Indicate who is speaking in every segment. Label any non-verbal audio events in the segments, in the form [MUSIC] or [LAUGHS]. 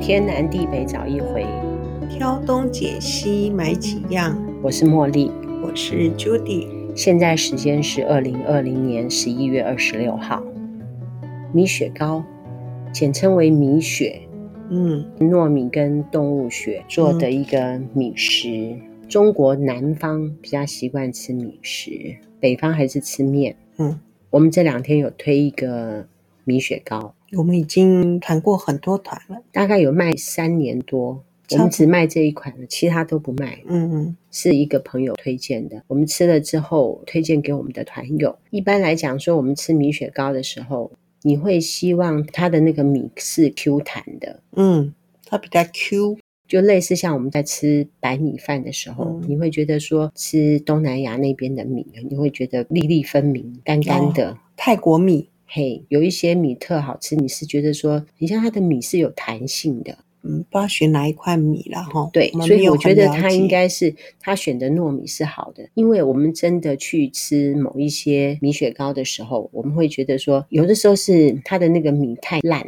Speaker 1: 天南地北找一回。
Speaker 2: 挑东拣西买几样。
Speaker 1: 我是茉莉，
Speaker 2: 我是 Judy，
Speaker 1: 现在时间是二零二零年十一月二十六号。米雪糕，简称为米雪，
Speaker 2: 嗯，
Speaker 1: 糯米跟动物血做的一个米食。中国南方比较习惯吃米食，北方还是吃面。
Speaker 2: 嗯，
Speaker 1: 我们这两天有推一个米雪糕，
Speaker 2: 我们已经团过很多团了，
Speaker 1: 大概有卖三年多，我
Speaker 2: 差不
Speaker 1: 们
Speaker 2: 多
Speaker 1: 只卖这一款了，其他都不卖。
Speaker 2: 嗯
Speaker 1: 是一个朋友推荐的，我们吃了之后推荐给我们的团友。一般来讲说，我们吃米雪糕的时候，你会希望它的那个米是 Q 弹的，
Speaker 2: 嗯，它比较 Q，
Speaker 1: 就类似像我们在吃白米饭的时候，
Speaker 2: 嗯
Speaker 1: 你会觉得说吃东南亚那边的米，你会觉得粒粒分明、干干的。
Speaker 2: 泰国米，
Speaker 1: 嘿，有一些米特好吃，你是觉得说，你像它的米是有弹性的，
Speaker 2: 嗯，不知道选哪一块米了哈。
Speaker 1: 对
Speaker 2: 我，们
Speaker 1: 所
Speaker 2: 没
Speaker 1: 以
Speaker 2: 有
Speaker 1: 我
Speaker 2: 很
Speaker 1: 觉得
Speaker 2: 了
Speaker 1: 它
Speaker 2: 解
Speaker 1: 应该是它选的糯米是好的，因为我们真的去吃某一些米雪糕的时候，我们会觉得说，有的时候是它的那个米太烂，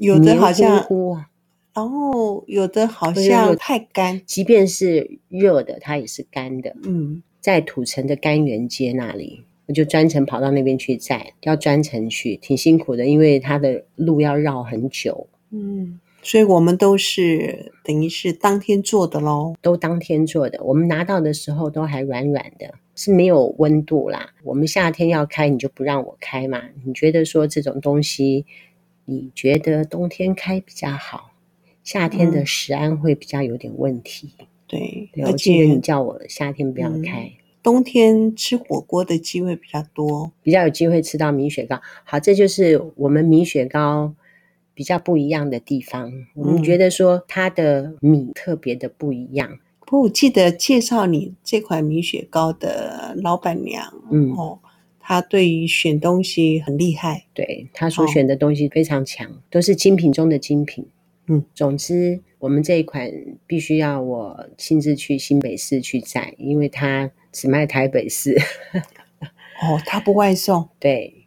Speaker 2: 有的
Speaker 1: 黏
Speaker 2: 好像，
Speaker 1: 糊糊啊，
Speaker 2: 然后有的好
Speaker 1: 对有
Speaker 2: 像
Speaker 1: 有
Speaker 2: 太干，
Speaker 1: 即便是热的，它也是干的。
Speaker 2: 嗯
Speaker 1: 在土城的甘源街那里，我就专程跑到那边去载，要专程去，挺辛苦的，因为它的路要绕很久，
Speaker 2: 嗯，所以我们都是等于是当天做的喽，
Speaker 1: 都当天做的。我们拿到的时候都还软软的，是没有温度啦。我们夏天要开，你就不让我开嘛？你觉得说这种东西，你觉得冬天开比较好，夏天的
Speaker 2: 嗯
Speaker 1: 食安会比较有点问题。
Speaker 2: 对，
Speaker 1: 对，
Speaker 2: 而
Speaker 1: 我记得你
Speaker 2: 且
Speaker 1: 叫我夏天不要
Speaker 2: 嗯
Speaker 1: 开。
Speaker 2: 冬天吃火锅的机会比较多，
Speaker 1: 比较有机会吃到米雪糕。好，这就是我们米雪糕比较不一样的地方。我
Speaker 2: 嗯
Speaker 1: 们觉得说它的米特别的不一样，
Speaker 2: 不过我记得介绍你这款米雪糕的老板娘，
Speaker 1: 嗯
Speaker 2: 哦，她对于选东西很厉害，
Speaker 1: 对，他所
Speaker 2: 哦
Speaker 1: 选的东西非常强，都是精品中的精品。
Speaker 2: 嗯，
Speaker 1: 总之我们这一款必须要我亲自去新北市去载，因为它只卖台北市， [LAUGHS]
Speaker 2: 哦，她不外送，
Speaker 1: 对，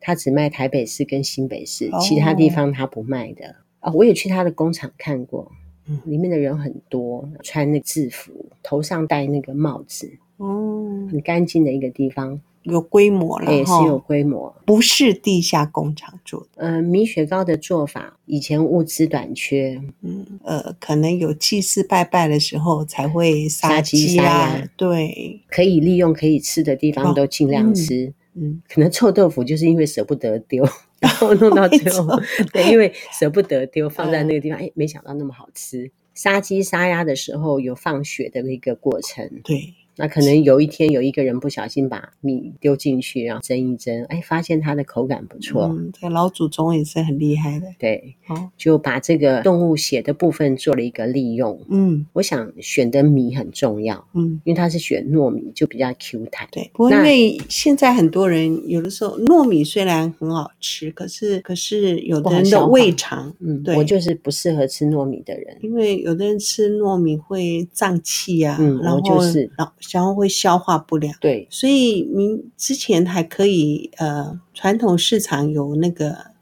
Speaker 1: 它只卖台北市跟新北市，
Speaker 2: 哦
Speaker 1: 其他地方它不卖的。啊、我也去他的工厂看过，
Speaker 2: 嗯
Speaker 1: 里面的人很多，穿那个制服，头上戴那个帽子，
Speaker 2: 嗯，
Speaker 1: 很干净的一个地方，
Speaker 2: 有规模了
Speaker 1: 也是有
Speaker 2: 哈，
Speaker 1: 规模。
Speaker 2: 不是地下工厂做的，
Speaker 1: 呃，米雪糕的做法，以前物资短缺，
Speaker 2: 嗯，呃，可能有祭祀拜拜的时候才会杀
Speaker 1: 杀鸡
Speaker 2: 鸡
Speaker 1: 杀
Speaker 2: 啊
Speaker 1: 鸭，
Speaker 2: 对，
Speaker 1: 可以利用可以吃的地
Speaker 2: 哦
Speaker 1: 方都尽量吃。
Speaker 2: 嗯，
Speaker 1: 可能臭豆腐就是因为舍不得丢， [LAUGHS] 然后弄到最后
Speaker 2: [LAUGHS] 没，
Speaker 1: [LAUGHS]
Speaker 2: 嗯
Speaker 1: 对，因为舍不得丢，放在那个地方，哎，没想到那么好吃。杀鸡杀鸭的时候有放血的一个过程，
Speaker 2: 对，
Speaker 1: 那可能有一天有一个人不小心把米丢进去，然后蒸一蒸，哎，发现它的口感不错，
Speaker 2: 嗯，这个老祖宗也是很厉害的，
Speaker 1: 对，
Speaker 2: 哦，
Speaker 1: 就把这个动物血的部分做了一个利用。
Speaker 2: 嗯
Speaker 1: 我想选的米很重要，
Speaker 2: 嗯。
Speaker 1: 因为它是选糯米，就比较 Q 弹。
Speaker 2: 对，不过因
Speaker 1: 那
Speaker 2: 为现在很多人有的时候糯米虽然很好吃，可是可是有
Speaker 1: 不好
Speaker 2: 的人
Speaker 1: 消
Speaker 2: 的
Speaker 1: 化
Speaker 2: 胃肠，
Speaker 1: 嗯，
Speaker 2: 对
Speaker 1: 我就是不适合吃糯米的人。
Speaker 2: 因为有的人吃糯米会胀气啊，
Speaker 1: 嗯
Speaker 2: 然后
Speaker 1: 我就是
Speaker 2: 然后然后会消化不良，
Speaker 1: 对，
Speaker 2: 所以您之前还可以呃，传统市场有那个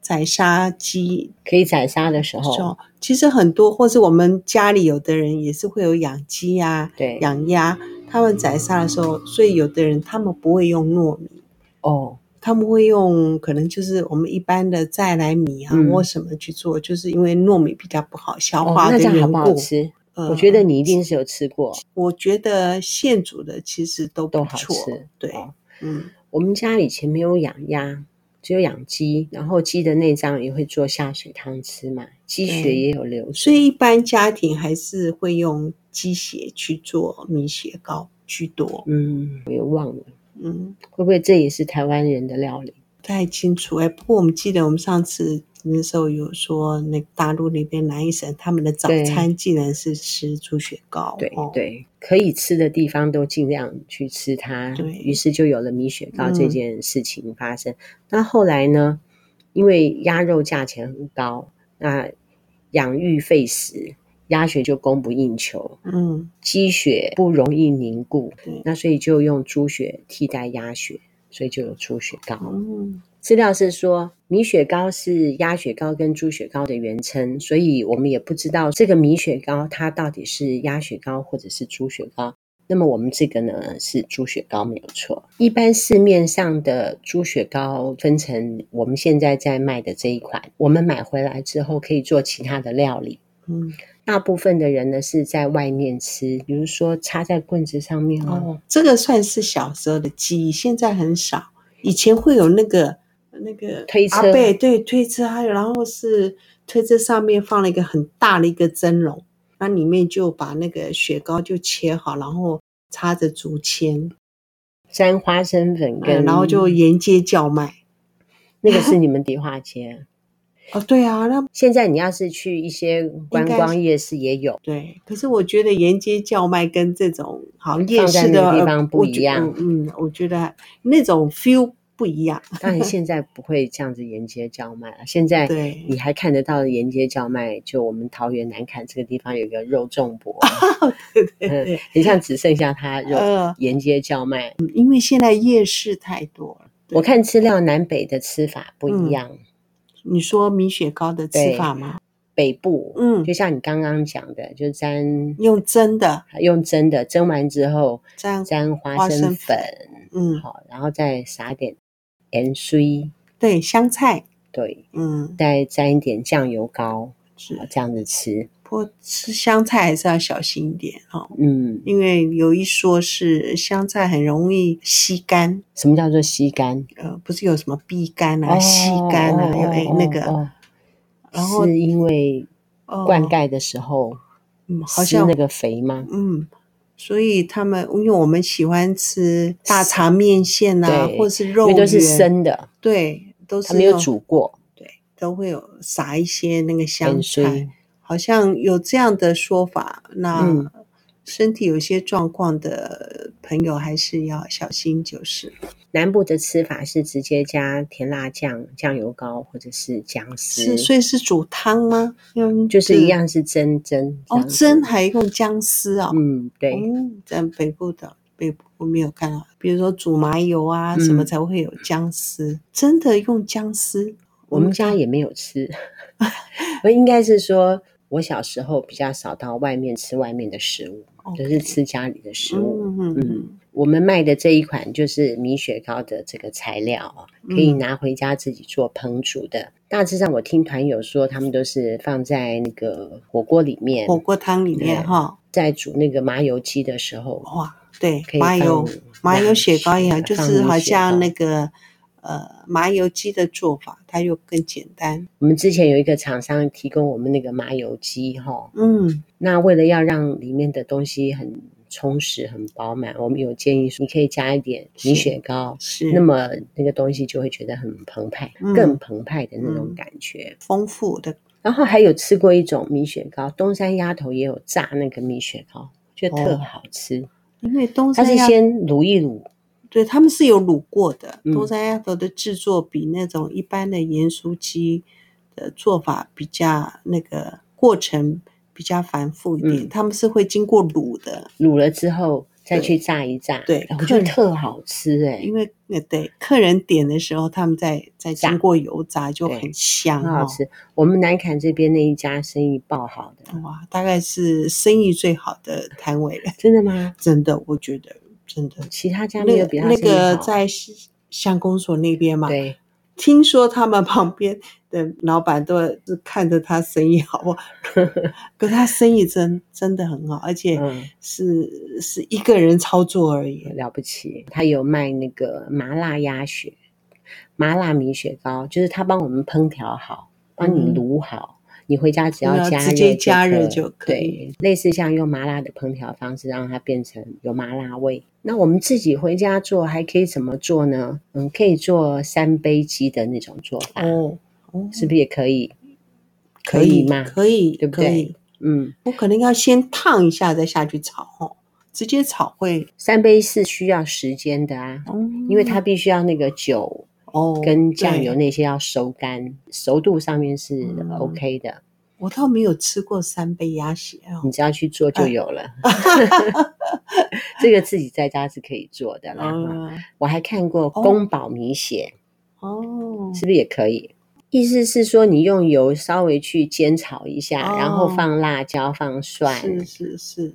Speaker 2: 宰杀鸡
Speaker 1: 可以宰杀的时
Speaker 2: 的
Speaker 1: 候，
Speaker 2: 时候，其实很多或是我们家里有的人也是会有养鸡啊、
Speaker 1: 对，
Speaker 2: 养鸭，他们宰杀的时候，所以有的人他们不会用糯米。
Speaker 1: 哦，
Speaker 2: 他们会用可能就是我们一般的再来米啊、
Speaker 1: 嗯
Speaker 2: 或什么去做，就是因为糯米比较不好消
Speaker 1: 哦，
Speaker 2: 化
Speaker 1: 那
Speaker 2: 的
Speaker 1: 这样好
Speaker 2: 缘
Speaker 1: 不
Speaker 2: 故。
Speaker 1: 好吃？
Speaker 2: 呃
Speaker 1: 我觉得，你一定是有吃过，
Speaker 2: 我觉得现煮的其实都不
Speaker 1: 都好
Speaker 2: 错。
Speaker 1: 吃。
Speaker 2: 对，
Speaker 1: 哦
Speaker 2: 嗯
Speaker 1: 我们家以前没有养鸭，只有养鸡，然后鸡的内脏也会做下水汤吃嘛，鸡血
Speaker 2: 对
Speaker 1: 也有流
Speaker 2: 所
Speaker 1: 水。
Speaker 2: 以一般家庭还是会用鸡血去做米血糕居多。
Speaker 1: 嗯，我也忘了，
Speaker 2: 嗯，
Speaker 1: 会不会这也是台湾人的料理？
Speaker 2: 不太清楚哎、不过我们记得我们上次那时候有说，那个大陆那边南一省他们的早
Speaker 1: 对
Speaker 2: 餐竟然是吃猪血糕。
Speaker 1: 对
Speaker 2: 哦、
Speaker 1: 对，可以吃的地方都尽量去吃它，
Speaker 2: 对
Speaker 1: 于是就有了米雪糕这
Speaker 2: 嗯
Speaker 1: 件事情发生。那后来呢？因为鸭肉价钱很高，那养育费时，鸭血就供不应求，
Speaker 2: 嗯，
Speaker 1: 鸡血不容易凝固
Speaker 2: 对，
Speaker 1: 那所以就用猪血替代鸭血，所以就有猪血糕。
Speaker 2: 嗯，
Speaker 1: 资料是说米雪糕是鸭血糕跟猪血糕的原称，所以我们也不知道这个米雪糕它到底是鸭血糕或者是猪血糕。那么我们这个呢是猪血糕没有错。一般市面上的猪血糕分成我们现在在卖的这一款，我们买回来之后可以做其他的料理。
Speaker 2: 嗯，
Speaker 1: 大部分的人呢是在外面吃，比如说插在棍子上面啊，
Speaker 2: 哦，这个算是小时候的记忆，现在很少。以前会有那个那个
Speaker 1: 推车
Speaker 2: 阿伯对，推车，还有然后是推车上面放了一个很大的一个蒸笼，那里面就把那个雪糕就切好，然后插着竹签，
Speaker 1: 沾花生粉跟，
Speaker 2: 嗯，然后就沿街叫卖。
Speaker 1: 那个是你们迪化街。
Speaker 2: 哦，对啊，那
Speaker 1: 现在你要是去一些观光夜市也
Speaker 2: [LAUGHS]
Speaker 1: 有，
Speaker 2: 对，可是我觉得沿街叫卖跟这种好像夜
Speaker 1: 放在
Speaker 2: 市
Speaker 1: 那
Speaker 2: 的
Speaker 1: 个地
Speaker 2: 呃
Speaker 1: 方不
Speaker 2: 我
Speaker 1: 一
Speaker 2: 觉
Speaker 1: 样
Speaker 2: 嗯，嗯我觉得那种 feel 不一样。
Speaker 1: 当然现在不会这样子沿街叫卖了。现在
Speaker 2: 对，
Speaker 1: 你还看得到的沿街叫卖，就我们桃园南坎这个地方有一个肉粽
Speaker 2: [LAUGHS]
Speaker 1: 博，
Speaker 2: 对对
Speaker 1: 嗯
Speaker 2: [LAUGHS] 对，，
Speaker 1: 很像只剩下它肉
Speaker 2: 呃，嗯
Speaker 1: 沿街叫卖。
Speaker 2: 因为现在夜市太多了。
Speaker 1: 我看资料南北的吃法不
Speaker 2: 嗯
Speaker 1: 一样，
Speaker 2: 你说米雪糕的吃法吗？
Speaker 1: 北部
Speaker 2: 嗯
Speaker 1: 就，像你刚刚讲的，就沾
Speaker 2: 用蒸的
Speaker 1: 用蒸的，蒸完之后
Speaker 2: 这样，
Speaker 1: 沾花
Speaker 2: 花
Speaker 1: 生
Speaker 2: 生
Speaker 1: 粉，
Speaker 2: 嗯，
Speaker 1: 好，然后再撒点盐水，
Speaker 2: 对，香菜，
Speaker 1: 对，
Speaker 2: 嗯，
Speaker 1: 再沾一点酱油膏，好
Speaker 2: 是。
Speaker 1: 这样子吃。
Speaker 2: 不过吃香菜还是要小心一点哦，
Speaker 1: 嗯，
Speaker 2: 因为有一说是香菜很容易吸干，
Speaker 1: 什么叫做吸干？
Speaker 2: 呃，不是有什么逼干啊、吸干啊，
Speaker 1: 哦
Speaker 2: 还有哎那个，
Speaker 1: 哦
Speaker 2: 然后
Speaker 1: 是因为
Speaker 2: 哦
Speaker 1: 灌溉的时候
Speaker 2: 嗯，好
Speaker 1: 施
Speaker 2: 像
Speaker 1: 那个肥吗？
Speaker 2: 嗯，所以他们因为我们喜欢吃大肠面线啊，
Speaker 1: 对
Speaker 2: 或是
Speaker 1: 因
Speaker 2: 肉
Speaker 1: 为
Speaker 2: 圆，
Speaker 1: 都是生的，
Speaker 2: 对，都
Speaker 1: 它
Speaker 2: 是
Speaker 1: 没有
Speaker 2: 那种
Speaker 1: 煮过，哎
Speaker 2: 对，都会有撒一些那个香
Speaker 1: 很
Speaker 2: 菜，
Speaker 1: 酸。
Speaker 2: 好像有这样的说法。
Speaker 1: 嗯
Speaker 2: 那身体有一些状况的朋友还是要小心，就是
Speaker 1: 南部的吃法是直接加甜辣酱、酱油膏或者是姜丝，
Speaker 2: 是，所以是煮汤吗？嗯，
Speaker 1: 就是一样是蒸蒸这
Speaker 2: 哦，
Speaker 1: 样子
Speaker 2: 蒸还用姜丝哦。
Speaker 1: 嗯，对，
Speaker 2: 嗯，在北部的北部没有看到，比如说煮麻油啊，什么
Speaker 1: 嗯
Speaker 2: 才会有姜丝。真的用姜丝？
Speaker 1: 我们家也没有吃， [LAUGHS] 我应该是说，我小时候比较少到外面吃外面的食物，就
Speaker 2: OK
Speaker 1: 是吃家里的食物。
Speaker 2: 嗯嗯嗯，
Speaker 1: 我们卖的这一款就是米雪糕的这个材料啊，可
Speaker 2: 嗯
Speaker 1: 以拿回家自己做烹煮的。大致上，我听团友说，他们都是放在那个火锅里面，
Speaker 2: 火锅汤里面
Speaker 1: 对
Speaker 2: 哈，
Speaker 1: 在煮那个麻油鸡的时候，
Speaker 2: 哇，对
Speaker 1: 可，以
Speaker 2: 麻油
Speaker 1: 放
Speaker 2: 麻油
Speaker 1: 辣
Speaker 2: 雪糕一样，
Speaker 1: 雪
Speaker 2: 就
Speaker 1: 放
Speaker 2: 是
Speaker 1: 米
Speaker 2: 好
Speaker 1: 雪
Speaker 2: 像
Speaker 1: 糕
Speaker 2: 那个呃麻油鸡的做法，它又更简单。
Speaker 1: 我们之前有一个厂商提供我们那个麻油鸡哈、
Speaker 2: 嗯，
Speaker 1: 那为了要让里面的东西很充实、很饱满，我们有建议说，你可以加一点米雪糕，
Speaker 2: 是
Speaker 1: 那么那个东西就会觉得很澎湃，
Speaker 2: 嗯
Speaker 1: 更澎湃的那种
Speaker 2: 嗯
Speaker 1: 感觉。
Speaker 2: 丰富的
Speaker 1: 然后还有吃过一种米雪糕，东山丫头也有炸那个米雪糕，我觉得特
Speaker 2: 哦
Speaker 1: 好吃。
Speaker 2: 因为东
Speaker 1: 它
Speaker 2: 山
Speaker 1: 是
Speaker 2: 鸭
Speaker 1: 先卤一卤，
Speaker 2: 对他们是有卤过的，
Speaker 1: 嗯
Speaker 2: 东山鸭头的制作比那种一般的盐酥鸡的做法比较那个过程比较繁复一点，
Speaker 1: 嗯
Speaker 2: 他们是会经过卤的，
Speaker 1: 卤了之后再
Speaker 2: 对
Speaker 1: 去炸一炸，
Speaker 2: 对
Speaker 1: 哎我觉得
Speaker 2: 客人
Speaker 1: 特好吃哎、
Speaker 2: 因为呃对客人点的时候，他们在在
Speaker 1: 炸
Speaker 2: 经过油炸就
Speaker 1: 对
Speaker 2: 很香、
Speaker 1: 很
Speaker 2: 哦，
Speaker 1: 好吃。我们南坎这边那一家生意爆好的，
Speaker 2: 哇，大概是生意最好的摊位了，
Speaker 1: 真的吗？
Speaker 2: 真的，我觉得真的。
Speaker 1: 其他家没
Speaker 2: 那
Speaker 1: 有比
Speaker 2: 个
Speaker 1: 他
Speaker 2: 那
Speaker 1: 生意
Speaker 2: 个
Speaker 1: 好
Speaker 2: 在西乡公所那边嘛，
Speaker 1: 对，
Speaker 2: 听说他们旁边的老板都是看着他生意
Speaker 1: [LAUGHS]
Speaker 2: 好不好，可他生意真真的很好，而且
Speaker 1: 嗯
Speaker 2: 是、是一个人操作而已。
Speaker 1: 了不起，他有卖那个麻辣鸭血、麻辣米雪糕，就是他帮我们烹调好，帮你
Speaker 2: 嗯
Speaker 1: 卤好，你回家只要
Speaker 2: 对啊
Speaker 1: 加
Speaker 2: 直接加
Speaker 1: 热
Speaker 2: 热
Speaker 1: 就
Speaker 2: 就可
Speaker 1: 对，类似像用麻辣的烹调方式，让它变成有麻辣味。那我们自己回家做还可以怎么做呢？嗯，可以做三杯鸡的那种做法，
Speaker 2: 哦，哦
Speaker 1: 是不是也可以？
Speaker 2: 可
Speaker 1: 嗯以
Speaker 2: 以
Speaker 1: 吗？
Speaker 2: 可以，
Speaker 1: 对不对
Speaker 2: 可以。
Speaker 1: 嗯，
Speaker 2: 我可能要先烫一下，再下去炒哦，直接炒会，
Speaker 1: 三杯是需要时间的啊，因为它必须要那个酒
Speaker 2: 哦
Speaker 1: 跟酱油
Speaker 2: 嗯对
Speaker 1: 那些要收干，熟度上面是
Speaker 2: 嗯
Speaker 1: OK 的，
Speaker 2: 我倒没有吃过三杯鸭血哦。
Speaker 1: 你只要去做就有
Speaker 2: [LAUGHS]
Speaker 1: 了。这个自己在家是可以做的啦。
Speaker 2: 啊，
Speaker 1: 我还看过宫保米血，
Speaker 2: 哦，
Speaker 1: 是不是也可以？意思是说，你用油稍微去煎炒一下，
Speaker 2: 哦
Speaker 1: 然后放辣椒、放蒜
Speaker 2: 是、是是，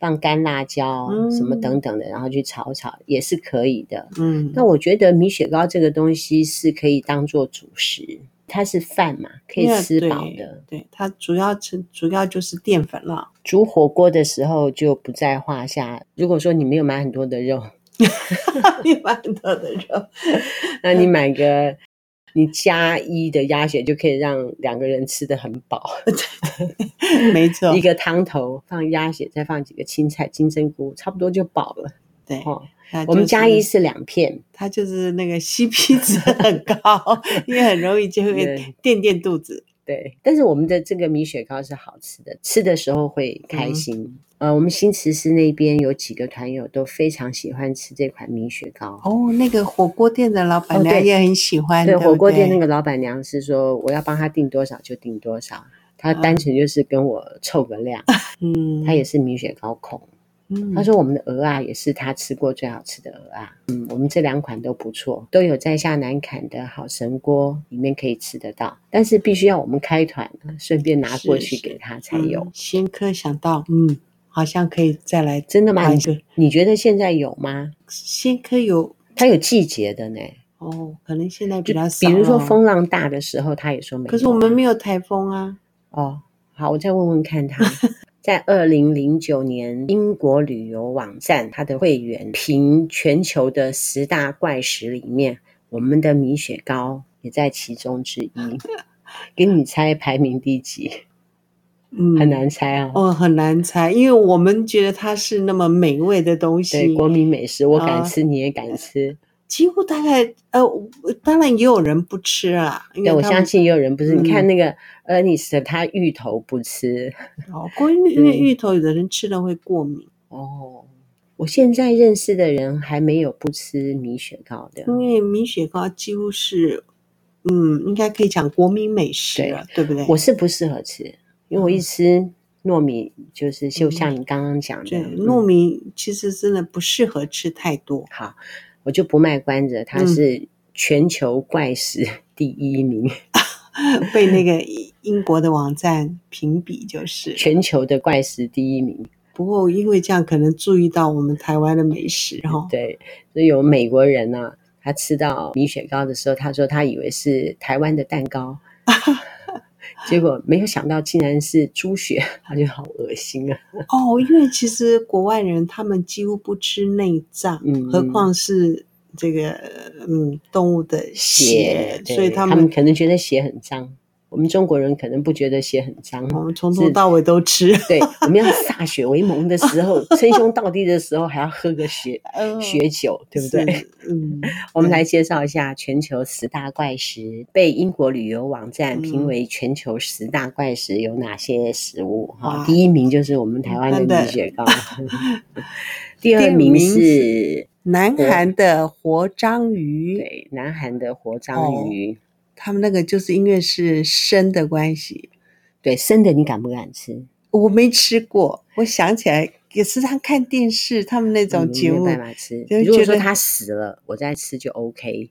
Speaker 1: 放干辣椒、
Speaker 2: 嗯
Speaker 1: 什么等等的，然后去炒炒也是可以的。
Speaker 2: 嗯，
Speaker 1: 那我觉得米雪糕这个东西是可以当做主食，它是饭嘛，可以
Speaker 2: 因为
Speaker 1: 吃
Speaker 2: 对
Speaker 1: 饱的。
Speaker 2: 对，它主要吃主要就是淀粉了， [LAUGHS]
Speaker 1: 煮火锅的时候就不在话下。如果说你没有买很多的肉，
Speaker 2: 一般多的肉，
Speaker 1: 那你买个你加一的鸭血就可以让两个人吃的很饱。
Speaker 2: 没错
Speaker 1: 一，个汤头放鸭血，再放几个青菜、金针菇，差不多就饱了。
Speaker 2: 对，
Speaker 1: 哦，
Speaker 2: 那
Speaker 1: 我们
Speaker 2: 就是
Speaker 1: 嘉义是两片，
Speaker 2: 它就是那个 CP 值很高，因为很容易就会
Speaker 1: 对
Speaker 2: 垫垫肚子。
Speaker 1: 对，但是我们的这个米雪糕是好吃的，吃的时候会开
Speaker 2: 嗯
Speaker 1: 心。呃，我们新慈寺那边有几个团友都非常喜欢吃这款米雪糕。
Speaker 2: 哦，那个火锅店的老板
Speaker 1: 哦
Speaker 2: 娘
Speaker 1: 对
Speaker 2: 也很喜欢，
Speaker 1: 对，
Speaker 2: 不
Speaker 1: 火锅店那
Speaker 2: 对
Speaker 1: 个老板娘是说，我要帮她订多少就订多少，她单纯就是跟我凑个量。
Speaker 2: 哦嗯，
Speaker 1: 她也是米雪糕控，
Speaker 2: 嗯，
Speaker 1: 她说我们的鹅啊也是她吃过最好吃的鹅啊。嗯，我们这两款都不错，都有在下南坎的好神锅里面可以吃得到，但是必须要我们开团顺便拿过
Speaker 2: 是
Speaker 1: 去
Speaker 2: 是
Speaker 1: 给她才有。
Speaker 2: 嗯先科想到，嗯，好像可以再来
Speaker 1: 真的吗？
Speaker 2: 买一
Speaker 1: 你
Speaker 2: 个
Speaker 1: 你觉得现在有吗？
Speaker 2: 先科有
Speaker 1: 它有季节的呢，
Speaker 2: 哦，可能现在比
Speaker 1: 就
Speaker 2: 较少，
Speaker 1: 比如说，风浪大的时候，他也说没有啊。
Speaker 2: 可是我们没有台风啊，
Speaker 1: 哦，好，我再问问看他。在二零零九年，英国旅游网站它的会员评全球的十大怪食里面，我们的米雪糕也在其中之
Speaker 2: [LAUGHS]
Speaker 1: 一。给你猜排名第几？
Speaker 2: 嗯，
Speaker 1: 很难猜哦。
Speaker 2: 哦，很难猜，因为我们觉得它是那么美味的东
Speaker 1: 对，
Speaker 2: 西，
Speaker 1: 国民美食，我
Speaker 2: 啊
Speaker 1: 敢吃，你也敢吃。
Speaker 2: 几乎大概呃，我当然也有人不吃啦，因为
Speaker 1: 对，我
Speaker 2: 他们
Speaker 1: 相信也有人不是。你
Speaker 2: 嗯
Speaker 1: 看那个 Ernest，他芋头不吃，
Speaker 2: 哦，过因为因为
Speaker 1: 对
Speaker 2: 芋头有的人吃了会过敏，
Speaker 1: 哦，我现在认识的人还没有不吃米雪糕的。
Speaker 2: 因为米雪糕几乎是，嗯，应该可以讲国民美食了，对不对？
Speaker 1: 我是不适合吃，因为
Speaker 2: 嗯
Speaker 1: 我一吃糯米就是就像你刚刚讲的，
Speaker 2: 对
Speaker 1: 嗯
Speaker 2: 糯米其实真的不适合吃太多， [LAUGHS]
Speaker 1: 好，我就不卖关子，它
Speaker 2: 嗯
Speaker 1: 是全球怪食第一
Speaker 2: [LAUGHS]
Speaker 1: 名，
Speaker 2: 被那个英英国的网站评比就是。
Speaker 1: 全球的怪食第一名。
Speaker 2: 不过因为这样，可能注意到我们台湾的美食哈、哦，
Speaker 1: 对，所以有美国人呢、他吃到米雪糕的时候，他说他以为是台湾的蛋
Speaker 2: [LAUGHS]
Speaker 1: 糕。结果没有想到，竟然是猪血，他就好恶心啊！
Speaker 2: 哦，因为其实国外人他们几乎不吃内脏，
Speaker 1: 嗯
Speaker 2: 何况是这个嗯动物的血，
Speaker 1: 对
Speaker 2: 所以他
Speaker 1: 他
Speaker 2: 们
Speaker 1: 可能觉得血很脏，我们中国人可能不觉得血很脏。
Speaker 2: 我们从头到尾都吃。 [LAUGHS]
Speaker 1: 对，我们要歃血为盟的时候，称兄道弟的时候，还要喝个血
Speaker 2: [LAUGHS] 嗯
Speaker 1: 血酒，对不对？
Speaker 2: 是？
Speaker 1: [LAUGHS]
Speaker 2: 嗯，
Speaker 1: 我们来介绍一下全球十大怪食，被英国旅游网站评
Speaker 2: 嗯
Speaker 1: 为全球十大怪食有哪些食物？哈、
Speaker 2: 哇
Speaker 1: 第一名就是我们台湾
Speaker 2: 真的
Speaker 1: 的米
Speaker 2: [LAUGHS]
Speaker 1: 雪糕，第
Speaker 2: 第
Speaker 1: 二
Speaker 2: 二
Speaker 1: 名
Speaker 2: 名
Speaker 1: 是
Speaker 2: 南韩的活章鱼，
Speaker 1: 对南韩的活
Speaker 2: 哦
Speaker 1: 章鱼，
Speaker 2: 他们那个就是因为是生的关系，
Speaker 1: 对生的你敢不敢吃？
Speaker 2: 我没吃过。我想起来也时常看电视，他们那种
Speaker 1: 嗯
Speaker 2: 节目
Speaker 1: 没，办法吃
Speaker 2: 就。
Speaker 1: 如果
Speaker 2: 觉
Speaker 1: 说
Speaker 2: 得
Speaker 1: 它死了，我再吃就 OK。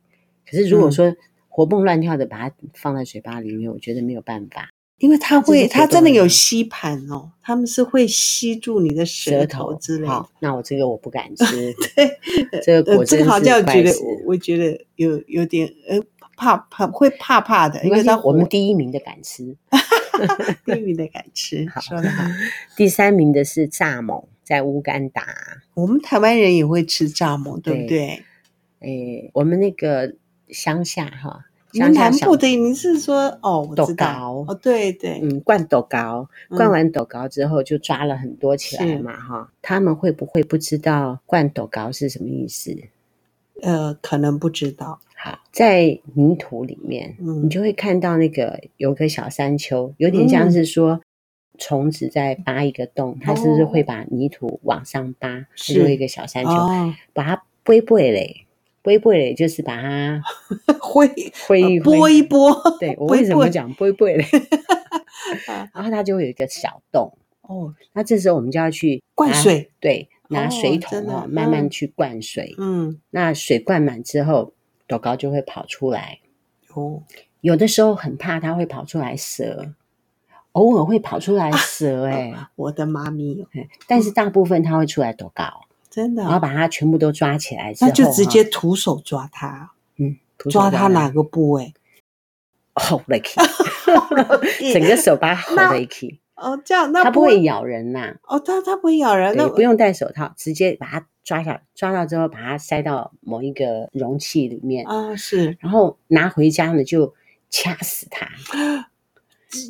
Speaker 1: 可是如果
Speaker 2: 嗯
Speaker 1: 说活蹦乱跳的把它放在嘴巴里面，我觉得没有办法。
Speaker 2: 因为它
Speaker 1: 这
Speaker 2: 会，
Speaker 1: 是
Speaker 2: 它
Speaker 1: 活动
Speaker 2: 真的有
Speaker 1: 吗
Speaker 2: 吸盘哦，他们是会吸住你的舌头之类的
Speaker 1: 好。，那我这个我不敢吃。
Speaker 2: [LAUGHS] 对
Speaker 1: 这个
Speaker 2: 呃，
Speaker 1: 果
Speaker 2: 这
Speaker 1: 真
Speaker 2: 个好
Speaker 1: 是
Speaker 2: 像
Speaker 1: 怪
Speaker 2: 觉得
Speaker 1: 食
Speaker 2: 我，我觉得有有点呃怕怕，会怕怕的，
Speaker 1: 没
Speaker 2: 因
Speaker 1: 关
Speaker 2: 为
Speaker 1: 系
Speaker 2: 它
Speaker 1: 我们
Speaker 2: 火
Speaker 1: 第一名的敢吃，
Speaker 2: 低于
Speaker 1: [LAUGHS]
Speaker 2: 的敢吃。说得好，
Speaker 1: 第三名的是蚱蜢，在乌干达。
Speaker 2: 我们台湾人也会吃蚱蜢，对
Speaker 1: 对
Speaker 2: 不对？
Speaker 1: 诶，我们那个乡下哈，
Speaker 2: 你们
Speaker 1: 乡下
Speaker 2: 南
Speaker 1: 小
Speaker 2: 部的你是说哦，我
Speaker 1: 豆
Speaker 2: 知道
Speaker 1: 糕
Speaker 2: 哦，对对，
Speaker 1: 嗯，灌斗糕，灌
Speaker 2: 嗯
Speaker 1: 完斗糕之后就抓了很多起来
Speaker 2: 是
Speaker 1: 嘛，哈，他们会不会不知道灌斗糕是什么意思？
Speaker 2: 呃，可能不知道，
Speaker 1: 好，在泥土里面，
Speaker 2: 嗯
Speaker 1: 你就会看到那个有个小山丘，有点
Speaker 2: 嗯
Speaker 1: 像是说虫子在扒一个洞，它是不是会把泥土往上扒，它
Speaker 2: 哦是
Speaker 1: 就会一个小山丘，
Speaker 2: 哦，
Speaker 1: 把它背背嘞，背背嘞就是把
Speaker 2: [LAUGHS]
Speaker 1: 它
Speaker 2: 会
Speaker 1: 挥
Speaker 2: 呃
Speaker 1: 一挥
Speaker 2: 拨一拨，
Speaker 1: 对我
Speaker 2: 拨一
Speaker 1: 为什
Speaker 2: 拨
Speaker 1: 么讲背背
Speaker 2: [LAUGHS]
Speaker 1: 嘞？ [LAUGHS]
Speaker 2: 啊
Speaker 1: 然后它就会有一个小洞。
Speaker 2: 哦，
Speaker 1: 那这时候我们就要去
Speaker 2: 灌
Speaker 1: 拿，
Speaker 2: 水，
Speaker 1: 对，
Speaker 2: 哦
Speaker 1: 拿水桶
Speaker 2: 真的
Speaker 1: 哦，慢慢
Speaker 2: 嗯
Speaker 1: 去灌水。
Speaker 2: 嗯
Speaker 1: 那水灌满之后，狗狗就会跑出来。
Speaker 2: 哦，
Speaker 1: 有的时候很怕它会跑出来蛇，偶尔会跑出来
Speaker 2: 啊
Speaker 1: 蛇、欸，
Speaker 2: 我的妈咪哦，
Speaker 1: 哎、但是大部分它会出来躲高，
Speaker 2: 真的
Speaker 1: 然后
Speaker 2: 啊，
Speaker 1: 把它全部都抓起来之后
Speaker 2: 那
Speaker 1: 哈，
Speaker 2: 就直接徒手抓它，
Speaker 1: 嗯徒手
Speaker 2: 抓它
Speaker 1: 来
Speaker 2: 哪个部位？
Speaker 1: 吼了一气
Speaker 2: [LAUGHS]
Speaker 1: 整个手把吼了一气
Speaker 2: 哦，这样那
Speaker 1: 它
Speaker 2: 不
Speaker 1: 不会咬人呐、
Speaker 2: 哦，它它不会咬人，那
Speaker 1: 对，不用戴手套，直接把它抓下，抓到之后把它塞到某一个容器里面，
Speaker 2: 啊是
Speaker 1: 然后拿回家呢就掐死它，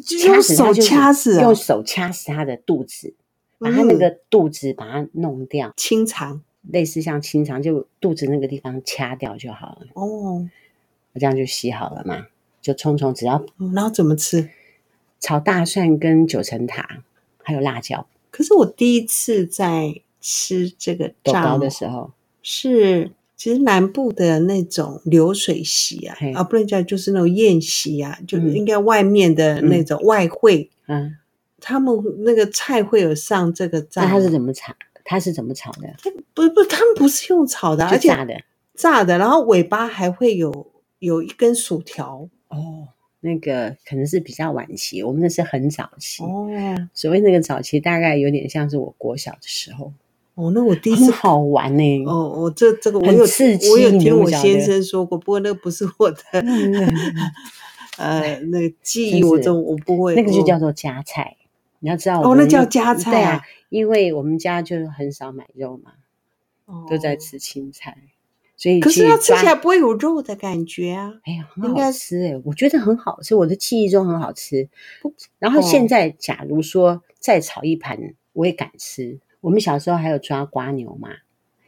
Speaker 2: 就用
Speaker 1: 死它
Speaker 2: 手
Speaker 1: 就是
Speaker 2: 掐死啊，
Speaker 1: 用手掐死它的肚子，把它那
Speaker 2: 嗯
Speaker 1: 个肚子把它弄掉，
Speaker 2: 清肠
Speaker 1: 类似像清肠，就肚子那个地方掐掉就好了，
Speaker 2: 哦，
Speaker 1: 这样就洗好了嘛。就匆匆只要
Speaker 2: 嗯然后怎么吃？
Speaker 1: 炒大蒜跟九层塔，还有辣椒，
Speaker 2: 可是我第一次在吃这个
Speaker 1: 豆
Speaker 2: 炸
Speaker 1: 糕的
Speaker 2: 馍
Speaker 1: 时候，
Speaker 2: 是，其实南部的那种流水席啊
Speaker 1: 嘿，
Speaker 2: 啊，不能叫就是那种宴席啊，就
Speaker 1: 嗯
Speaker 2: 应该外面的那种外汇，
Speaker 1: 嗯，
Speaker 2: 他们那个菜会有上这个炸
Speaker 1: 那
Speaker 2: 的，
Speaker 1: 它是怎么炒？它是怎么炒的？
Speaker 2: 不是不是，他们不是用炒的，而
Speaker 1: 就
Speaker 2: 且
Speaker 1: 炸的
Speaker 2: 炸的，然后尾巴还会有有一根薯条
Speaker 1: 哦。那个可能是比较晚期，我们那是很早期。
Speaker 2: 哦
Speaker 1: 所谓那个早期，大概有点像是我国小的时候，
Speaker 2: 哦，那我第一
Speaker 1: 很 [LAUGHS]
Speaker 2: 次。
Speaker 1: 好玩呢、 [LAUGHS]
Speaker 2: 哦，我这这个我
Speaker 1: 很
Speaker 2: 有
Speaker 1: 刺激
Speaker 2: 我有
Speaker 1: 你
Speaker 2: 听
Speaker 1: 都不
Speaker 2: 我
Speaker 1: 晓
Speaker 2: 先
Speaker 1: 得
Speaker 2: 生说过，不过那个不是
Speaker 1: [LAUGHS]
Speaker 2: 我的嗯呃那个记忆，
Speaker 1: 真
Speaker 2: 我
Speaker 1: 是
Speaker 2: 这我不会，
Speaker 1: 那个就
Speaker 2: 我
Speaker 1: 叫做夹菜。你要知道
Speaker 2: 哦
Speaker 1: 我们，
Speaker 2: 那叫夹菜啊
Speaker 1: 对啊，因为我们家就是很少买肉嘛，都在
Speaker 2: 哦
Speaker 1: 吃青菜，所以
Speaker 2: 可是
Speaker 1: 去
Speaker 2: 它吃
Speaker 1: 抓
Speaker 2: 起来不会有肉的感觉啊。
Speaker 1: 哎呀，很
Speaker 2: 应
Speaker 1: 好
Speaker 2: 该
Speaker 1: 吃哎、我觉得很好吃，我的记忆中很好吃
Speaker 2: 不。
Speaker 1: 然后现
Speaker 2: 哦
Speaker 1: 在，假如说再炒一盘，我也敢吃。我们小时候还有抓瓜牛嘛，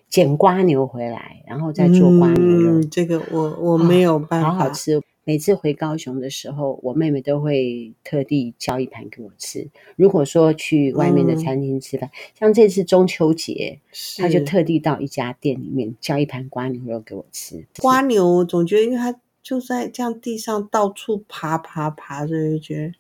Speaker 1: 捡瓜牛回来，然后再做瓜牛肉，哦
Speaker 2: 嗯、这个我我没有办法。
Speaker 1: 好好吃。每次回高雄的时候，我妹妹都会特地叫一盘给我吃。如果说去外面的
Speaker 2: 嗯
Speaker 1: 餐厅吃饭，像这次中秋节，
Speaker 2: 是
Speaker 1: 她就特地到一家店里面叫一盘瓜牛肉给我吃。
Speaker 2: 瓜牛，总觉得因为它就在这样地上到处爬爬爬，所以就觉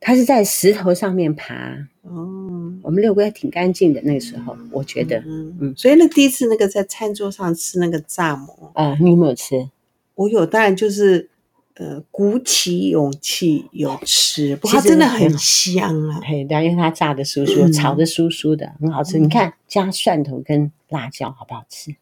Speaker 1: 它是在石头上面爬，
Speaker 2: 得哦，
Speaker 1: 我们遛龟还挺干净的，那个时候我觉得。
Speaker 2: 嗯
Speaker 1: 嗯
Speaker 2: 嗯。所以那第一次那个在餐桌上吃那个炸馍，
Speaker 1: 啊、你有没有吃？
Speaker 2: 我有，当然就是呃鼓起勇气有吃，不过它
Speaker 1: 其实
Speaker 2: 真的
Speaker 1: 很
Speaker 2: 很香啊。
Speaker 1: 嘿，对啊，因为它炸的酥酥，
Speaker 2: 嗯
Speaker 1: 炒的酥酥的，很好吃。
Speaker 2: 嗯
Speaker 1: 你看，加蒜头跟辣椒，好不好吃？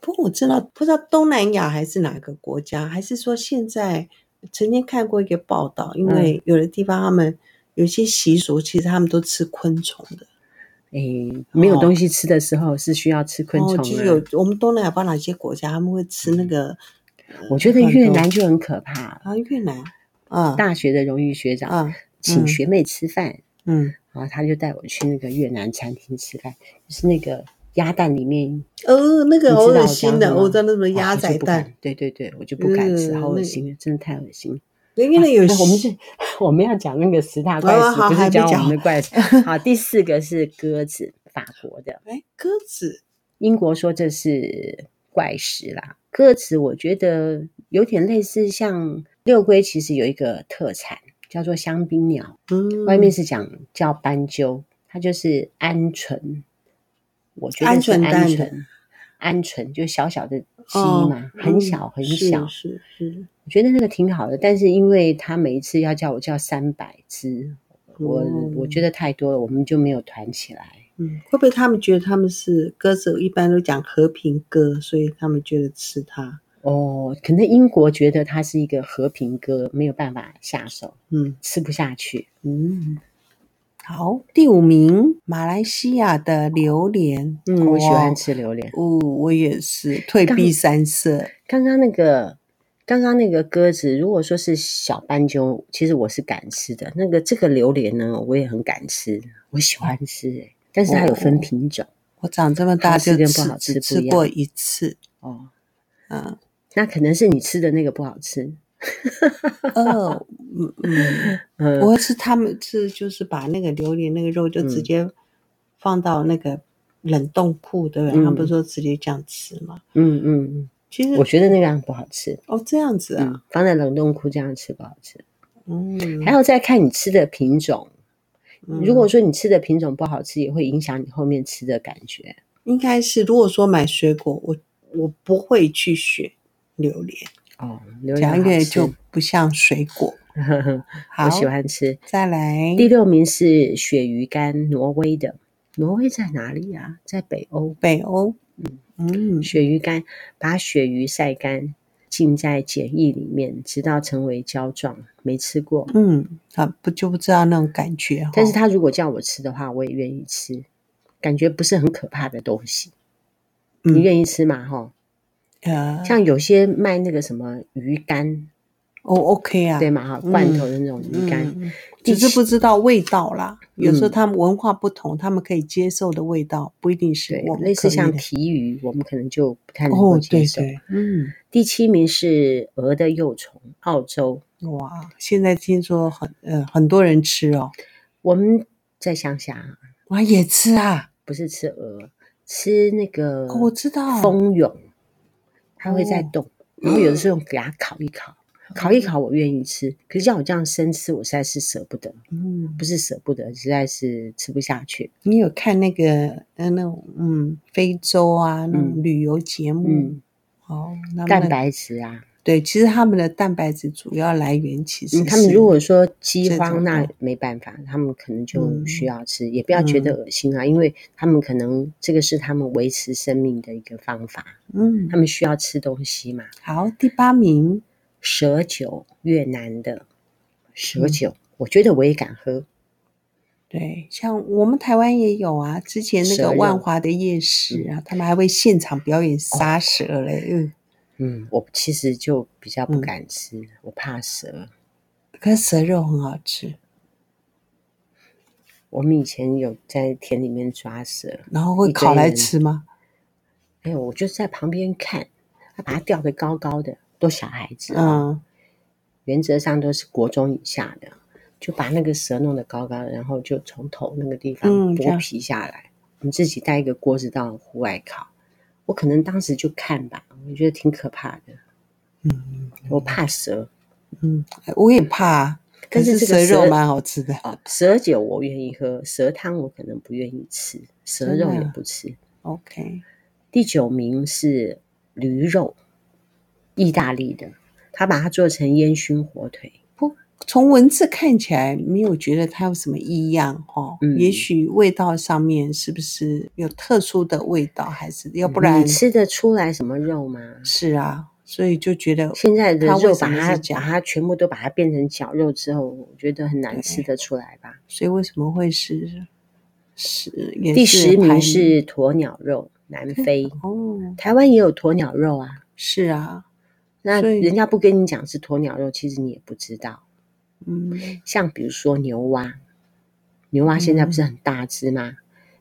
Speaker 2: 不过我知道，不知道东南亚还是哪个国家，还是说现在曾经看过一个报道，因
Speaker 1: 嗯
Speaker 2: 为有的地方他们有一些习俗，其实他们都吃昆虫的。
Speaker 1: 诶，没有
Speaker 2: 哦
Speaker 1: 东西吃的时候是需要吃昆虫嗯
Speaker 2: 哦，
Speaker 1: 啊。
Speaker 2: 其实有我们东南亚不知道哪些国家他们会吃那个，呃
Speaker 1: 我觉得
Speaker 2: 很
Speaker 1: 越
Speaker 2: 多
Speaker 1: 南就很可怕。
Speaker 2: 啊越南啊
Speaker 1: 大学的荣誉学长、
Speaker 2: 啊
Speaker 1: 请
Speaker 2: 嗯
Speaker 1: 学妹吃饭，
Speaker 2: 嗯
Speaker 1: 然后他就带我去那个越南餐厅吃饭，就是那个鸭蛋里面
Speaker 2: 哦那个
Speaker 1: 你
Speaker 2: 好
Speaker 1: 知道
Speaker 2: 恶
Speaker 1: 我
Speaker 2: 心
Speaker 1: 讲什
Speaker 2: 的，
Speaker 1: 么
Speaker 2: 我知道那什么
Speaker 1: 哦
Speaker 2: 鸭
Speaker 1: 我就
Speaker 2: 仔
Speaker 1: 不敢
Speaker 2: 蛋，
Speaker 1: 对对对，我就不敢吃，
Speaker 2: 嗯
Speaker 1: 好恶
Speaker 2: 那
Speaker 1: 心啊，真的太恶心了。
Speaker 2: 因
Speaker 1: 啊
Speaker 2: 为有
Speaker 1: 那我们
Speaker 2: 是
Speaker 1: 是 [LAUGHS] 我们要讲那个十大怪
Speaker 2: 哦
Speaker 1: 事，
Speaker 2: 好
Speaker 1: 不
Speaker 2: 还
Speaker 1: 是讲
Speaker 2: 没
Speaker 1: 我
Speaker 2: 讲
Speaker 1: 们的怪
Speaker 2: [LAUGHS]
Speaker 1: 事。好，第四个是鸽子，法国的，
Speaker 2: 哎鸽子
Speaker 1: 英国说这是怪食啦。鸽子我觉得有点类似像六龟，其实有一个特产叫做香槟鸟，
Speaker 2: 嗯
Speaker 1: 外面是讲叫斑鸠，它就是鹌鹑，我觉得是
Speaker 2: 鹌鹑蛋
Speaker 1: 鹌
Speaker 2: 的
Speaker 1: 鹑，鹌鹑就小小的鸡
Speaker 2: 哦
Speaker 1: 嘛，很
Speaker 2: 嗯
Speaker 1: 小很
Speaker 2: 是
Speaker 1: 小，
Speaker 2: 是是
Speaker 1: 我觉得那个挺好的，但是因为他每一次要叫我叫三百只，我、
Speaker 2: 哦
Speaker 1: 我觉得太多了，我们就没有团起来。
Speaker 2: 嗯，会不会他们觉得他们是歌手，一般都讲和平鸽，所以他们觉得吃它？
Speaker 1: 哦，可能英国觉得它是一个和平鸽，没有办法下手，
Speaker 2: 嗯
Speaker 1: 吃不下去。
Speaker 2: 嗯，好，第五名，马来西亚的榴莲，
Speaker 1: 嗯，我喜欢
Speaker 2: 哇。
Speaker 1: 吃榴莲。
Speaker 2: 哦，我也是退避三舍。
Speaker 1: 刚刚那个，刚刚那个鸽子，如果说是小斑鸠，其实我是敢吃的。那个这个榴莲呢，我也很敢吃，我喜欢吃、欸，但是它有分
Speaker 2: 哦
Speaker 1: 品种
Speaker 2: 我长这么大
Speaker 1: 好吃
Speaker 2: 就
Speaker 1: 跟
Speaker 2: 吃
Speaker 1: 不好吃
Speaker 2: 只
Speaker 1: 不
Speaker 2: 吃
Speaker 1: 一样
Speaker 2: 过一
Speaker 1: [LAUGHS]
Speaker 2: 次，
Speaker 1: 哦。
Speaker 2: 嗯，
Speaker 1: 那可能是你吃的那个不好吃。
Speaker 2: 哦，嗯嗯，
Speaker 1: 嗯，
Speaker 2: 我是他们是就是把那个榴莲那个肉就直
Speaker 1: 嗯
Speaker 2: 接放到那个冷冻库，对不对？他们
Speaker 1: 嗯
Speaker 2: 不是说直接这样吃吗？
Speaker 1: 嗯嗯
Speaker 2: 其实
Speaker 1: 嗯，我觉得那个样不好吃。
Speaker 2: 哦，这样子啊，
Speaker 1: 嗯，放在冷冻库这样吃不好吃。
Speaker 2: 嗯，
Speaker 1: 还要再看你吃的品种，
Speaker 2: 嗯
Speaker 1: 如果说你吃的品种不好吃，也会影响你后面吃的感觉。
Speaker 2: 应该是如果说买水果，我我不会去选榴莲，
Speaker 1: 哦，榴莲
Speaker 2: 讲
Speaker 1: 好
Speaker 2: 一个
Speaker 1: 吃
Speaker 2: 就不像水果。
Speaker 1: [LAUGHS]
Speaker 2: 好，
Speaker 1: 我喜欢吃。
Speaker 2: 再来
Speaker 1: 第六名是鳕鱼干，挪威的。挪威在哪里啊？在北欧。
Speaker 2: 北欧，嗯
Speaker 1: 鳕鱼干，把鳕鱼晒干，浸在碱液里面，直到成为胶状。没吃过，
Speaker 2: 嗯，啊不就不知道那种感觉哈。
Speaker 1: 但是他如果叫我吃的话，我也愿意吃。感觉不是很可怕的东西，你
Speaker 2: 嗯
Speaker 1: 愿意吃吗？哈，
Speaker 2: 呃，
Speaker 1: 像有些卖那个什么鱼干，
Speaker 2: 哦 OK 啊，
Speaker 1: 对嘛哈，
Speaker 2: 嗯
Speaker 1: 罐头的那种鱼干，
Speaker 2: 嗯，
Speaker 1: 第
Speaker 2: 只是
Speaker 1: 七
Speaker 2: 不知道味道啦。有时候
Speaker 1: 嗯
Speaker 2: 他们文化不同，他们可以接受的味道不一定是
Speaker 1: 对
Speaker 2: 嗯我，们
Speaker 1: 类
Speaker 2: 可
Speaker 1: 似
Speaker 2: 以
Speaker 1: 像
Speaker 2: 的
Speaker 1: 皮鱼，我们可能就不太能够
Speaker 2: 哦，
Speaker 1: 接
Speaker 2: 对
Speaker 1: 受。
Speaker 2: 对，嗯，
Speaker 1: 第七名是蛾的幼虫，澳洲。
Speaker 2: 哇，现在听说很呃很多人吃哦，
Speaker 1: 我们在乡下啊
Speaker 2: 哇也吃啊，
Speaker 1: 不是吃蛾，吃那个
Speaker 2: 哦我知道
Speaker 1: 蜂蛹，它会在
Speaker 2: 哦
Speaker 1: 动，然后有的时候给它烤一烤，烤一烤我愿意吃，可是叫我这样生吃，我实在是舍不得，
Speaker 2: 嗯，
Speaker 1: 不是舍不得，实在是吃不下去。
Speaker 2: 你有看那个呃那种嗯非洲啊那种
Speaker 1: 嗯
Speaker 2: 旅游节目、
Speaker 1: 嗯，
Speaker 2: 哦，那
Speaker 1: 蛋
Speaker 2: 么
Speaker 1: 白质啊，
Speaker 2: 对，其实他们的蛋白质主要来源其实
Speaker 1: 嗯，他们
Speaker 2: 是
Speaker 1: 如果说饥
Speaker 2: 这种
Speaker 1: 荒，那
Speaker 2: 的
Speaker 1: 没办法，他们可能就
Speaker 2: 嗯
Speaker 1: 需要吃，也不要觉得恶心啊，因为他们可能这个是他们维持生命的一个方法，
Speaker 2: 嗯
Speaker 1: 他们需要吃东西嘛。
Speaker 2: 好第八名
Speaker 1: 蛇酒，越南的
Speaker 2: 嗯
Speaker 1: 蛇酒，我觉得我也敢喝，
Speaker 2: 对，像我们台湾也有啊，之前那
Speaker 1: 蛇
Speaker 2: 个
Speaker 1: 肉哦
Speaker 2: 万华的夜市啊，他们还会现场表演杀蛇嘞。嗯，
Speaker 1: 嗯，我其实就比较不
Speaker 2: 嗯
Speaker 1: 敢吃，我怕蛇。
Speaker 2: 可是蛇肉很好吃，
Speaker 1: 我们以前有在田里面抓蛇，
Speaker 2: 然后会
Speaker 1: 一堆
Speaker 2: 烤来
Speaker 1: 人
Speaker 2: 吃吗？
Speaker 1: 哎呦，我就在旁边看，他把它吊得高高的，都小孩子啊、
Speaker 2: 嗯，
Speaker 1: 原则上都是国中以下的，就把那个蛇弄得高高的，然后就从头那个地方
Speaker 2: 嗯这
Speaker 1: 剥
Speaker 2: 样
Speaker 1: 皮下来，我们自己带一个锅子到户外烤。我可能当时就看吧，我觉得挺可怕的，
Speaker 2: 嗯
Speaker 1: 我怕蛇，
Speaker 2: 嗯，我也怕啊，可
Speaker 1: 但是
Speaker 2: 是
Speaker 1: 这个
Speaker 2: 蛇肉
Speaker 1: 蛇
Speaker 2: 蛮好吃
Speaker 1: [LAUGHS]
Speaker 2: 的。
Speaker 1: 啊、蛇酒我愿意喝，蛇汤我可能不愿意吃，蛇
Speaker 2: 真的
Speaker 1: 肉
Speaker 2: 啊
Speaker 1: 也不吃。
Speaker 2: OK，
Speaker 1: 第九名是驴肉，意大利的，他把它做成烟熏火腿，
Speaker 2: 从文字看起来没有觉得它有什么异样哦，
Speaker 1: 嗯
Speaker 2: 也许味道上面是不是有特殊的味道，还是要不
Speaker 1: 你
Speaker 2: 然
Speaker 1: 吃得出来什么肉吗？
Speaker 2: 是啊，所以就觉得
Speaker 1: 现在的
Speaker 2: 它为
Speaker 1: 肉
Speaker 2: 什
Speaker 1: 把
Speaker 2: 么
Speaker 1: 它
Speaker 2: 是这
Speaker 1: 把
Speaker 2: 样
Speaker 1: 它全部都把它变成绞肉之后，我觉得很难
Speaker 2: 对
Speaker 1: 吃得出来吧。
Speaker 2: 所以为什么会是是也
Speaker 1: 第
Speaker 2: 是
Speaker 1: 十
Speaker 2: 排
Speaker 1: 名是鸵鸟肉，南非，
Speaker 2: 哦，
Speaker 1: 台湾也有鸵鸟肉啊。
Speaker 2: 是啊，
Speaker 1: 那
Speaker 2: 所以
Speaker 1: 人家不跟你讲是鸵鸟肉，其实你也不知道。
Speaker 2: 嗯，
Speaker 1: 像比如说牛蛙，牛蛙现在不
Speaker 2: 嗯
Speaker 1: 是很大只吗？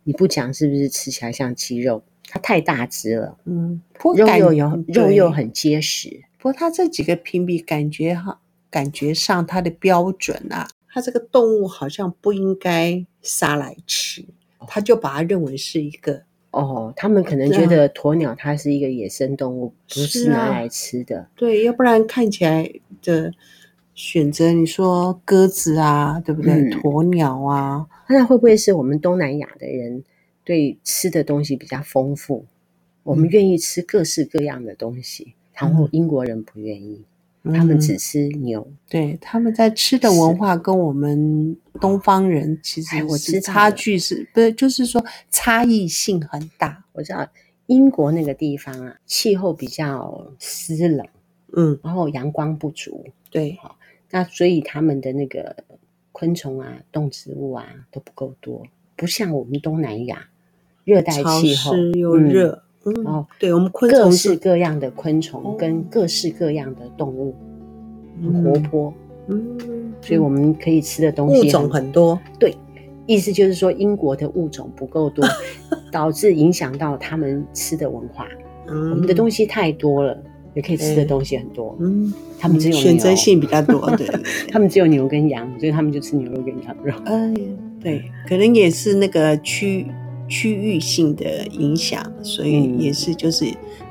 Speaker 1: 你不讲是不是吃起来像鸡肉？它太大只了，
Speaker 2: 嗯，不过
Speaker 1: 肉
Speaker 2: 感
Speaker 1: 又有肉
Speaker 2: 对
Speaker 1: 又很结实。
Speaker 2: 不过它这几个评比感觉哈，感觉上它的标准啊，它这个动物好像不应该杀来吃，他就把它认为是一个
Speaker 1: 哦，他们可能觉得鸵鸟它是一个野生动物，不
Speaker 2: 啊是
Speaker 1: 是拿
Speaker 2: 啊
Speaker 1: 来吃的。
Speaker 2: 对，要不然看起来的选择，你说鸽子啊，对不对？
Speaker 1: 嗯
Speaker 2: 鸵鸟啊，
Speaker 1: 那会不会是我们东南亚的人对吃的东西比较丰富？我
Speaker 2: 嗯
Speaker 1: 们愿意吃各式各样的东西，然后英国人不愿意，他们
Speaker 2: 嗯
Speaker 1: 只吃牛。
Speaker 2: 对，他们在吃的文化跟我们东方人其实
Speaker 1: 哎我
Speaker 2: 是
Speaker 1: 知道
Speaker 2: 差
Speaker 1: 了
Speaker 2: 距是，不是就是说差异性很大。
Speaker 1: 我知道英国那个地方啊，气候比较湿冷，
Speaker 2: 嗯，
Speaker 1: 然后阳光不足，
Speaker 2: 对，
Speaker 1: 那所以他们的那个昆虫啊、动植物啊都不够多，不像我们东南亚热带
Speaker 2: 潮
Speaker 1: 气候
Speaker 2: 湿又
Speaker 1: 嗯
Speaker 2: 热。嗯，
Speaker 1: 哦
Speaker 2: 对我们昆
Speaker 1: 各
Speaker 2: 虫
Speaker 1: 式
Speaker 2: 是
Speaker 1: 各样的昆
Speaker 2: 哦
Speaker 1: 虫跟各式各样的动物，很
Speaker 2: 嗯
Speaker 1: 活泼。
Speaker 2: 嗯，
Speaker 1: 所以我们可以吃的东西
Speaker 2: 物种很多。
Speaker 1: 对。意思就是说，英国的物种不够
Speaker 2: [LAUGHS]
Speaker 1: 多，导致影响到他们吃的文化。
Speaker 2: 嗯，
Speaker 1: 我们的东西太多了，也可以吃的
Speaker 2: 对
Speaker 1: 东西很多。
Speaker 2: 嗯，
Speaker 1: 他们只有
Speaker 2: 选择
Speaker 1: 牛
Speaker 2: 性比较 [LAUGHS] 多。对，对对
Speaker 1: 他们只有牛跟羊，所以他们就吃牛肉跟羊肉。
Speaker 2: 哎，对，可能也是那个区区域性的影响，所以
Speaker 1: 嗯
Speaker 2: 也是就是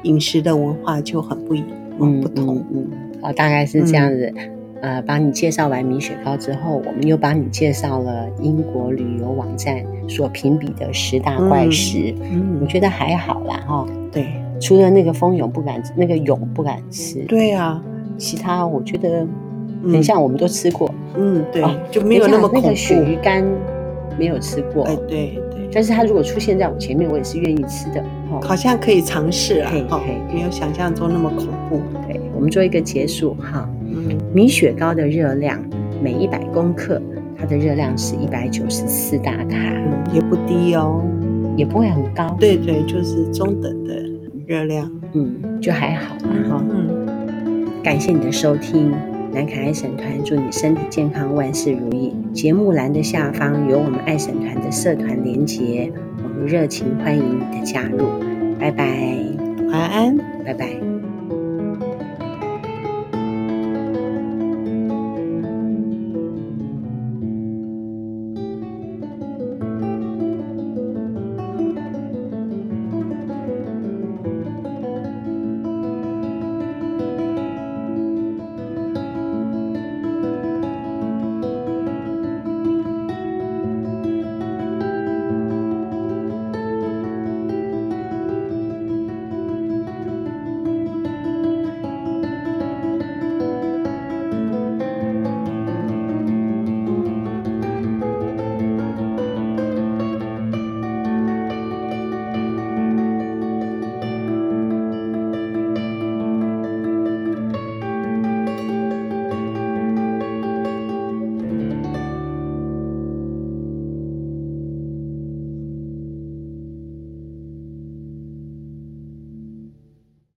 Speaker 2: 饮食的文化就很不一
Speaker 1: 嗯，
Speaker 2: 哦不同。嗯
Speaker 1: 嗯，嗯好，大概是这样子。呃，帮你介绍完米雪糕之后，我们又帮你介绍了英国旅游网站所评比的十大怪
Speaker 2: 嗯
Speaker 1: 食。
Speaker 2: 嗯
Speaker 1: 我觉得还好啦，哈、
Speaker 2: 对，
Speaker 1: 除了那个蜂蛹不敢，那个蛹不敢吃，
Speaker 2: 对啊，
Speaker 1: 其他我觉得
Speaker 2: 嗯
Speaker 1: 很像我们都吃过，
Speaker 2: 嗯，对
Speaker 1: 啊，
Speaker 2: 就没有
Speaker 1: 等一下
Speaker 2: 么恐
Speaker 1: 那个鳕
Speaker 2: 怖。
Speaker 1: 鱼干没有吃过，
Speaker 2: 哎，对对，
Speaker 1: 但是它如果出现在我前面，我也是愿意吃的。哦，
Speaker 2: 好像可以尝试啊
Speaker 1: 可以，
Speaker 2: 哈
Speaker 1: 可以，
Speaker 2: 没有想象中那么恐怖。
Speaker 1: 对，我们做一个结束哈。
Speaker 2: 嗯
Speaker 1: 米雪糕的热量每一百公克，它的热量是一百九十四大卡，
Speaker 2: 嗯，也不低哦。
Speaker 1: 也不会很高，
Speaker 2: 对对，就是中等的热量。
Speaker 1: 嗯，就还好啦哈、
Speaker 2: 嗯，
Speaker 1: 感谢你的收听，南凯爱省团祝你身体健康，万事如意。节目栏的下方有我们爱省团的社团连结，我们热情欢迎你的加入，拜拜，
Speaker 2: 晚安。
Speaker 1: 拜拜。